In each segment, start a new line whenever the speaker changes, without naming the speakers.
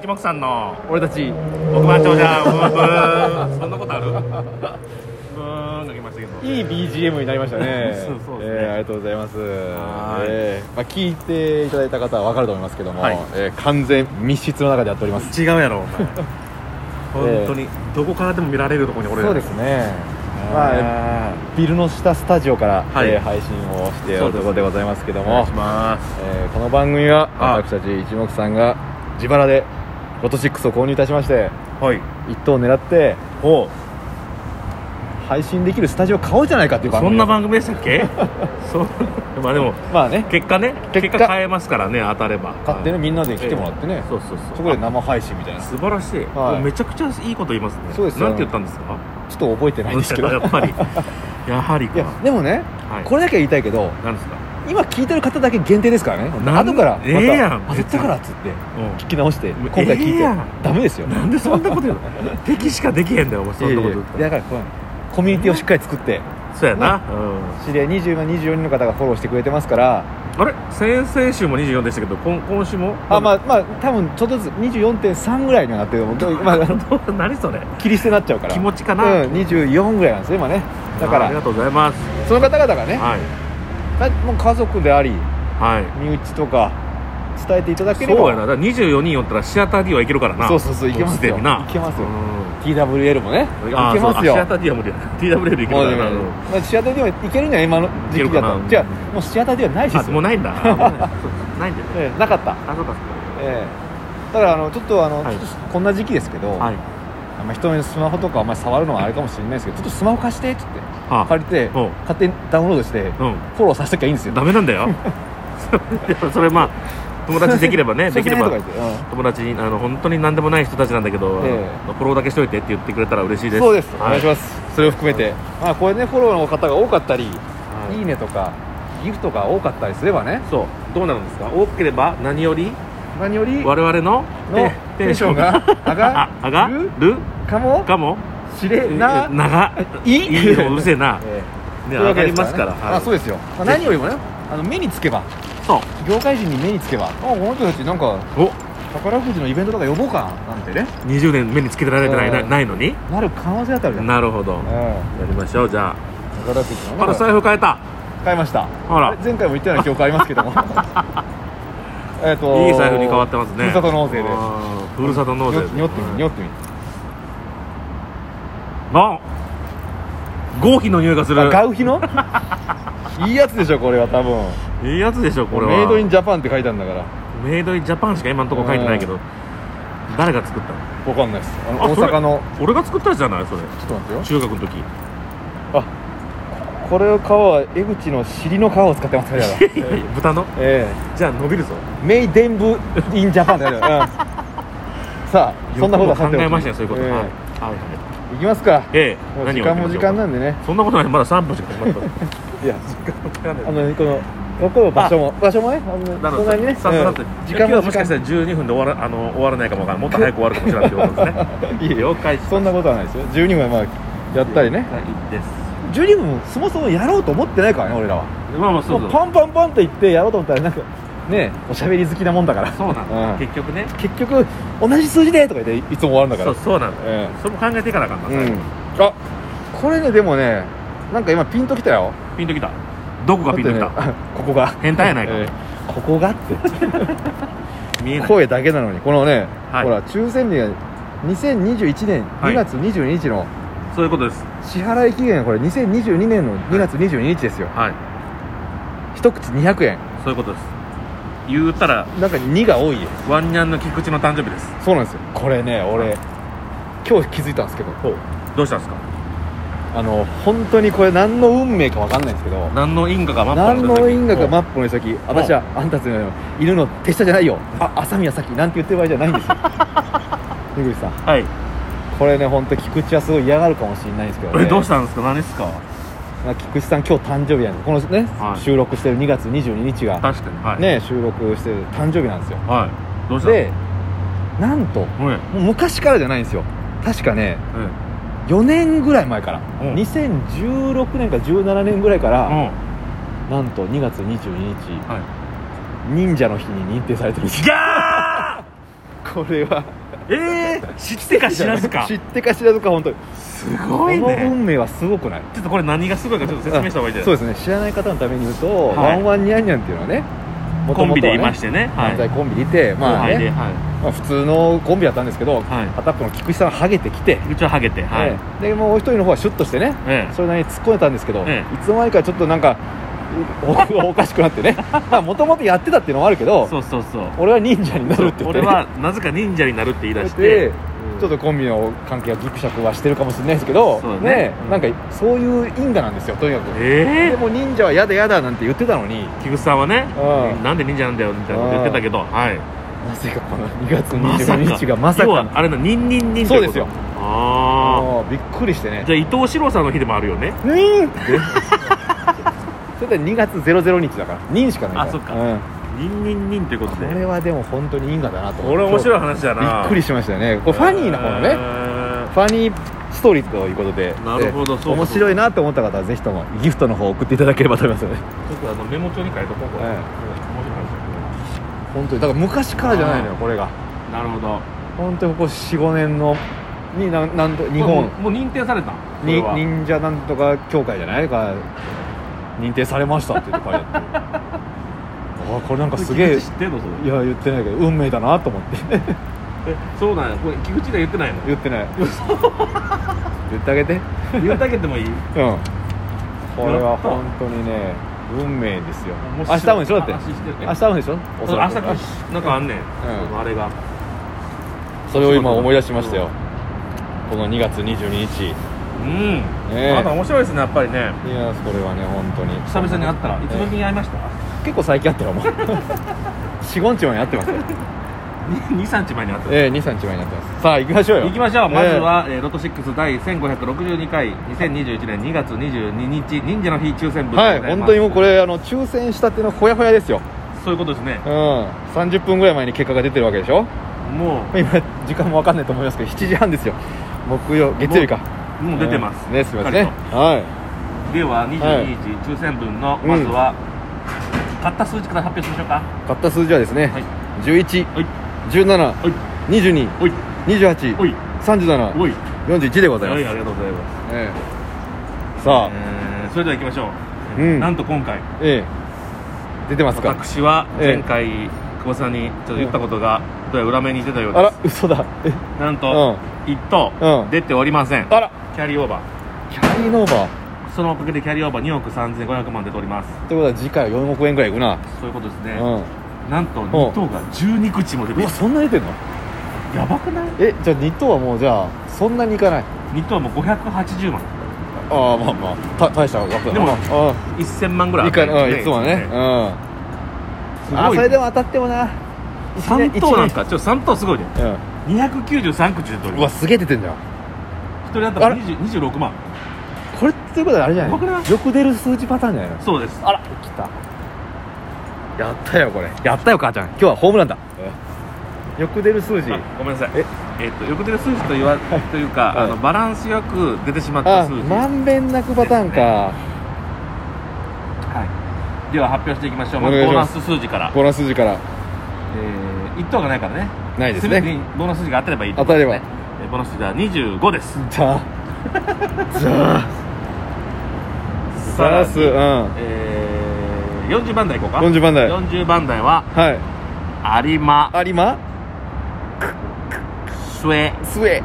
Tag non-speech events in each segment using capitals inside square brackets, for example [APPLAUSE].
キモクさんの
俺たち
億万長者ブーンブー [LAUGHS] ンそんなことあるブーンが来ましたけど
いい BGM になりましたね
[LAUGHS] そうそうですね
えーありがとうございます
はい
えーまあ、聞いていただいた方は分かると思いますけども、
はい
えー完全密室の中でやっております
違うやろお前本当にどこからでも見られるところに俺
そうですすね、まあ、ビルの下スタジオから、
はい
えー配信をしておるところでございますけど
お願
も
い、します
えーこの番組は
あ
私たち一目さんが自腹でロト6を購入いたしまして
はい
一等を狙って
お
配信できるスタジオを買おうじゃないかっていう番
そ
組
んな番組でしたっ [LAUGHS] けそうまあでも
まあね
結果ね
結果
結果変えますからね当たれば
買ってね
はい
みんなで来てもらってね、
そうそうそう
そこで生配信みたいなち
素晴らしい、
はい
もうめちゃくちゃいいこと言いますね
そうですよ
なんて言ったんですか
ょっと覚えてないんで
[LAUGHS]
すけど
やっぱりやはり
い
か
やでもね、
はい
これだけは言いたいけど
なんですか
今聞いてる方だけ限定ですからね
なん
後からまた
ええやん
あ絶対からっつって
う
聞き直して今回聞いて、
ええやん
ダメですよ
んなんでそんなこと言うの [LAUGHS] 敵しかできへんだよお前そんなこと言っ
いやいやい
た
やだ
ら
からこうコミュニティをしっかり作って
そうやな、うん
知り合い20万24人の方がフォローしてくれてますから
あれ先々週も24でしたけど今今週も
あまあまあ多分ちょっとずつ24.3ぐらいにはなってるもうどうま
[LAUGHS]
あ
何それ
切り捨てになっちゃうから
気持ちかな
うん、24ぐらいなんですよ今ねだか
あありが
ら
とうございます
その方々がね、
はい
まもう家族であり
はい
身内とか伝えていただけ
そう
れば
やなだから24人おったらシアター D はいけるからな
そうそうそういけますよ
もすでにない
けますよ
うん
TWL もね
あ
いけます
そうあ
よ
シアター D は無理や TWL いけ
もう
る
ね
からな
まあシアターではいけるんじゃない今の時期だ
いけるかな
とじゃあもうシアターではないで
あ
す
もう
よ、
ないん
[LAUGHS]
だあもうないそうないんだよね
ええなかった、
あそうか
ええだからあのちょっとあの、
はい
ちょっとこんな時期ですけど、
はい
あんま人のスマホとかあんまり触るのはあれかもしれないですけどちょっとスマホ貸してって言って
は
借りて
うん
勝手にダウンロードしてフ
う
ォローさせときゃいいんですよ
んダメなんだ
[LAUGHS]
よでもそれまあ友達できればね
すい
で
ま
き
せん
れば
とか言って
友達にあの本当に何でもない人たちなんだけど、
ええ
あのフォローだけしといてって言ってくれたら嬉しいで
うん
す
そうです、
はい
お願いしますそれを含めて、まあこれねフォローの方が多かったり、
はい
い、いねとかギフトが多かったりすればね
そうどうなるんですか多ければ何より
何よりの
我々のテ
テンションが上が
あ上が
る
る
かも
かも
しれな
長
い
いいようるせえな
ええ
ね
という
上が
わけ
り
で
ますから
ね
はい
まあそうですよ、まあ何よりもねあの目につけば
そう
業界人に目につけばあこの人たちなんか
お
宝くじのイベントとか呼ぼうかなんてね
20年目につけてられてないな
うん
ないのに
なる可能性だったらじゃん
なるほどや
うん
りましょうじゃ
宝くじ
あ
の
ほら
ね
財布変えた
買いました
ほら
あれ前回も言ったような記憶ありますけ
[LAUGHS]
どもえっと
いい財布に変わってますね
ふるさと納税で
あーふるさと納税
にょってみにょってみ
あ合皮の匂いがす
あ
る
ガウ
[LAUGHS]
ヒのいいやつでしょこれは多分
いいやつでしょこれは
メイドインジャパンって書いたんだから
メイドインジャパンしか今のところ書いてないけど誰が作ったの
わかんないですあの
あ
大
それ
阪の
俺が作ったやつじゃないそれ
ちょっと待って
中
よ
学
[LAUGHS]
の時
これを皮は江口の尻の皮を使っ
[LAUGHS]
てますから
豚の
え
じゃあ伸びるぞ
えメイデンブインジャパンって書いてある、うんさあそんなこと
よ
は
く
さ
も
て
考
おき
えましたよそういうこと
え
はい
え
はいはい
いきますか
ええ
もう
何
時
を
間も時間なんでね
そんなことないまだ3分しか始まった時
いや
間も時
あ
間ない
のこのここの場所も場所もねあの
なる
そ
ほ
ん
ど
なにね、
さすがだって
うん
時
時
間は
間も
も
時
しかした
間
ら12分で終わらあの終わらないかもわからんもっと早く終わるかもしれないってことですね
[LAUGHS] いいよ
了解
そんなことはないですよ12分はまあやったりね
いいです
12分もそもそもやろうと思ってないからね俺らは
まあまあそう
も
そうう
パンパンパンと言ってやろうと思ったらなんかねおしゃべり好きなもんだから
そうなんだ、
うん
結局ね
結局同じ数字でとか言っていつも終わるんだか
そ
ら
うそうなんだ、
え
それも考えていかなあかんな、
えうんあこれねでもねなんか今ピンときたよ
ピンときたどこがピンときた、
だってねあここが
変態やないか
ええここがって
見えない
声だけなのにこのね、
はい
ほら抽選日が2021年
はい
2月22日の
そういうことです
支払い期限はこれ2022年の2月22日ですよ
はい
一口200円
そういうことです言ったら
なんか2が多いよ
ワンニャンの菊池の誕生日です
そうなんですよこれね俺今日気づいたんですけど
ほうどうしたんですか
あの本当にこれ何の運命かわかんないんですけど
何の因果がマッパ
何の因果かマ
ッ
ップの先私はあんたたちの犬の手下じゃないよあ朝宮咲なんて言ってる場合じゃないんですよ
[LAUGHS]
江口さん
はい
これね本当菊池はすごい嫌がるかもしれないんですけど、
え
ね、
どうしたんですか何ですか
まあ、菊池さん今日誕生日なんでこのね、
はい
収録してる2月22日が、
確かにはい
ね、収録してる誕生日なんですよ
はいどうした
でなんとも
うんえ
う昔からじゃないんですよ確かね
えうん
4年ぐらい前から、
うん
2016年か17年ぐらいから、 [LAUGHS] なんと2月22日
は
忍者の日に認定されてるんです
い
よ
ギャー
これは
えー、知ってか知らずか
知ってか知らずか本当に
すごい
この
ね
運命はすごくない
ちょっとこれ何がすごいかちょっと説明した方がいいんじゃない
そう
で
ですね知らない方のために言うと、
はい
ワンワンニャンニャンっていうのはね
すかコンビでいましててねはい
漫才コンビでいて、まあ
後輩で
ね
は
まあ、普通のコンビだったんですけど、
はい
アタックの菊池さんはげてきて、
い、うちはハゲてはい、
ええでもう一人の方はシュッとしてね、
ええ
それなりに突っ込んでたんですけど、
ええ
いつの間にかちょっとなんかお [LAUGHS] おかしくなってねまあもともとやってたっていうのもあるけど
そうそうそう
俺は忍者になるって言っ
俺
て、ね、
はなぜか忍者になるって言い出し
で
て、
ちょっとコンビの関係はギクシャクはしてるかもしれないですけど
そうだね
ね
うん
なんかそういう因果なんですよとにかく
え
でも忍者は嫌だ嫌だなんて言ってたのに
ー、菊池さんはね、
うん
なんで忍者なんだよみたいなこと言ってたけど、はい、
なぜかこの2月
まさ
25
か
日がまさ
要
か
はあれの忍忍忍ってこと
そうですよ
あ
もうびっくりしてね
あじゃあ伊藤四郎さんの日でもあるよね
うん [LAUGHS] それで2月00日だから2しかないから
あそっか
うん
忍忍忍ということ
こ
で
れはでも本当に因果だなと思っ
こ
て
れ面白い話だ
び
な
っくりしましたよねこれファニーな方のね、
ね
ファニーストーリーということで
なるほど
えー
そうか
面白いなと思った方はぜひともギフトの方送っていただければと思いますよね
ちょっとあのメモ帳に書いとこうこれ、
ええ
面白い話
本当にだから昔からじゃないのよこれが
だなるほど
本当にここ45年のになんなんと日本
もうもう認定されたこれ
に
は
忍者なんとか協会じゃないか認定されましたって書いて [LAUGHS] あってあこれなんかすげえ
菊池知ってんのそれ
いや言ってないけど運命だなと思って [LAUGHS]
えそうなんやこれ菊池が言ってないの
言ってない言ってあげてうん
言ってあげてもいい
これは本当にね運命ですよ
面白
明
い
日もでしょだって
話してるね
明日もでしょおそ
明
ら
日
く
かなんかあんねん、
ん
あれが
それを今思い出しましたよこの2月22日
うん、
え
あなた面白いですねやっぱりね
いやーそれはね本当に
久々に会ったら
ええ
いつぶりに会いました、
結構最近会ってるもん45 [LAUGHS] 日前に会ってますよ
二23日前に会った、
ええ23日前に会ってますさあ行きましょうよ
行きましょうまずは、えーロト6第1562回2021年2月22日忍者の日抽選
え
部で
え
ござ
はいい
ます
本当にもうこれあの抽選したてのほやほやですよ
そういうことですね
うん30分ぐらい前に結果が出てるわけでしょ
も
今時間もわかんないと思いますけど7時半ですよ木曜月曜日か
うもう出てます、
ええねすいませんね
しっか
は
りとでは22日抽選分の、
うん
まずは買った数字から発表しましょうか
い買った数字はですね、
はいはい
1117222837
はいおいおいおい
41でございま
は
す、
いありがとうございます
ええさあ、
えーそれでは行きましょう、
うん
なんと今回
ええ出てますか
私は
ええ
前回久保さんにちょっと言ったことがどうやら裏目に出たよう
あ
で
ら
す
嘘だえ
なんと一等
うん
出ておりません
あら
キャリーオーバー
キャリーノーバー
そのおかげでキャリーオーバー2億3500万出ております
ってことは次回は4億円ぐらいいくな、
そういうことです
う
ね
ん、
なんと2等が12口も出
う
て
わそんな出てんの
やばくない
えじゃあ2等はもうじゃあそんなにいかない
2等も580万
ああまあまあた大した額だな
でも
あ
1000万ぐ
あ
らい
いかない、うん、いつもはね
す
うん
ご
あ
い
それでも当たってもな
3等なんかちょっと3等すごいね
一年
293口出ており
うんう
ま
わ
す
げえ出てんじゃん
1人当たり20 26万
これっていうことはあれじゃ
やばく
な
ない
いよく出る数字パターンじゃないの
そうです
あら来たやったよこれやったよ母ちゃん今日はホームランだ、よく出る数字
あごめんなさい
え
え、っとよく出る数字と言わというか、
はい
あのバランスよく出てしまった
あ
数字、
まんべんなくパターンか
はい、では発表していきましょうまず
お願
ボ
い
ー
し
ナ
ま
ス数字から、
この数字から
えー、1等がないからね
ないです
全て
ね
にボーナス数字が当たればいい
当たれば
えーボーナス数字は25です
じゃあ
[LAUGHS]
じゃあ
さ
さ
ら
ら
に
す、うん、40
えー、40番台いこうか
番台は
40番台はい有馬
有馬
末
末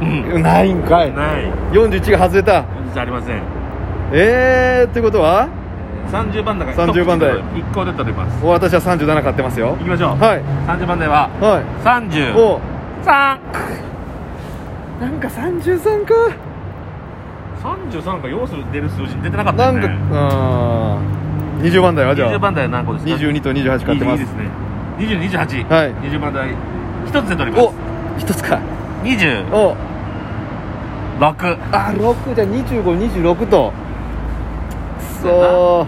うん
ないんかい
ない
41が外れた
じゃありません
えー、ってことは
30番台が
30番台
1個出ております
お私は37買ってますよ
いきましょう、
はい
30番台は
は
30
いお
三。
なんか33か
三十三か要する出る数字出てなかったよ
なん
ね。
かうん20番台はじゃ
20
あ
番台何個ですか。
22と28買って
い
ま
い
す
ですね。二十二十八。
はい
二十番台一つ出ておりま
お
す。
一つか
二十
お
六。
あ6じゃあ2526とくそ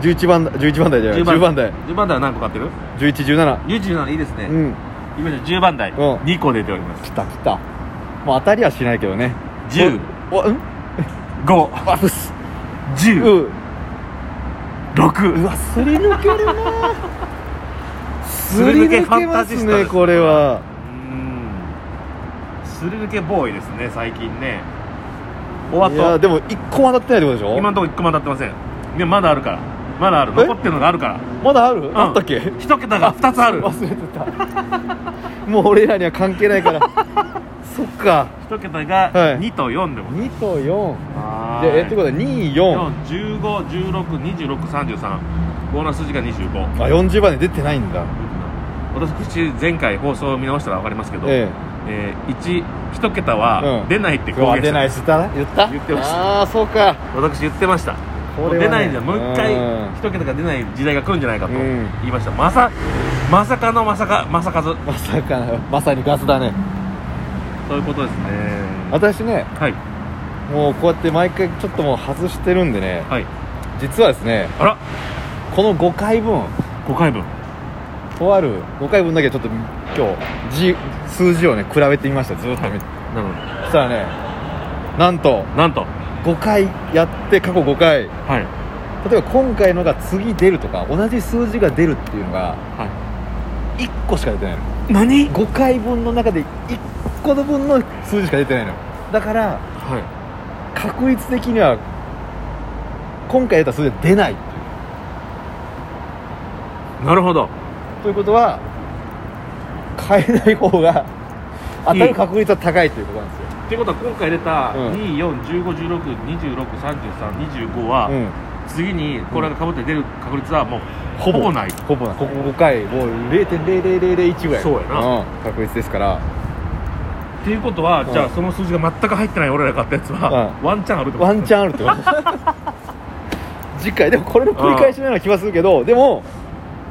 ー11番台11番台じゃない10番台。
十番台は何個買ってる？
1117
十十七いいですね。
う
い
ん
きましょう。十番台
うん
二個出ております。
来た来たもう当たりはしないけどね
十
おおうん
五
あうっす
十
うう
六。
わすり抜けるな
[LAUGHS]
す
り
り
抜け
抜け
ファン
ます
タジスタで
ね
す
これは
うーんすり抜けボーイですね最近ねお
いや
わと
でも一個も当たってないってことでしょ
今のところ1個も当たってませんでもまだあるからまだある残ってるのがあるから
まだあ
ん
る、あったっけ
一桁が2つある
忘れてた [LAUGHS] もう俺らには関係ないからそっか
一桁が
はい
2と4でも
2と4
は
で
ーい
えってことは24
415162633ボーナス時間25
あ40番で出てないんだ
私前回放送を見直したら分かりますけど、え
え
ー一一桁は
うん
出ないって
え今日は
公言
出
した、
ないっつった言った
言ってました
ああそうか
私言ってました、
こ
も
れはね
う出ないんじゃもう一回
うん
一桁が出ない時代が来るんじゃないかと
うん
言いました、まさまさかのまさかまさかず
まさかのまさにガスだね
そういうことですね
私ね
はい
もうこうやって毎回ちょっともう外してるんでね
はい
実はですね
あら
この5回分
5回分
とある5回分だけちょっと今日じ数字をね比べてみましたずーっと見て
なので
そしたらねなんと
なんと
5回やって過去5回
はい
例えば今回のが次出るとか同じ数字が出るっていうのが
は
1個しか出てないの
い何はい
5回分の中で1個の分の数字しか出てないのだから確率的には今回やった数字は出ないっていう
なるほど
ということは変えない方が当たる確率は高いということなんですよ、
ってことは今回出た
うん
241516263325は、
うん、
次にこれがかぶって出る確率はもう
ほぼ
ほぼない
ほぼなここ5回もう0.0001ぐらい
そうやな
うん確率ですから
っていうことは、
うん
じゃあその数字が全く入ってない俺らが買ったやつは、ワンチャンあるってこと
[LAUGHS] ワンチャンあるってこと次回でもこれの繰り返しのような気はするけどでも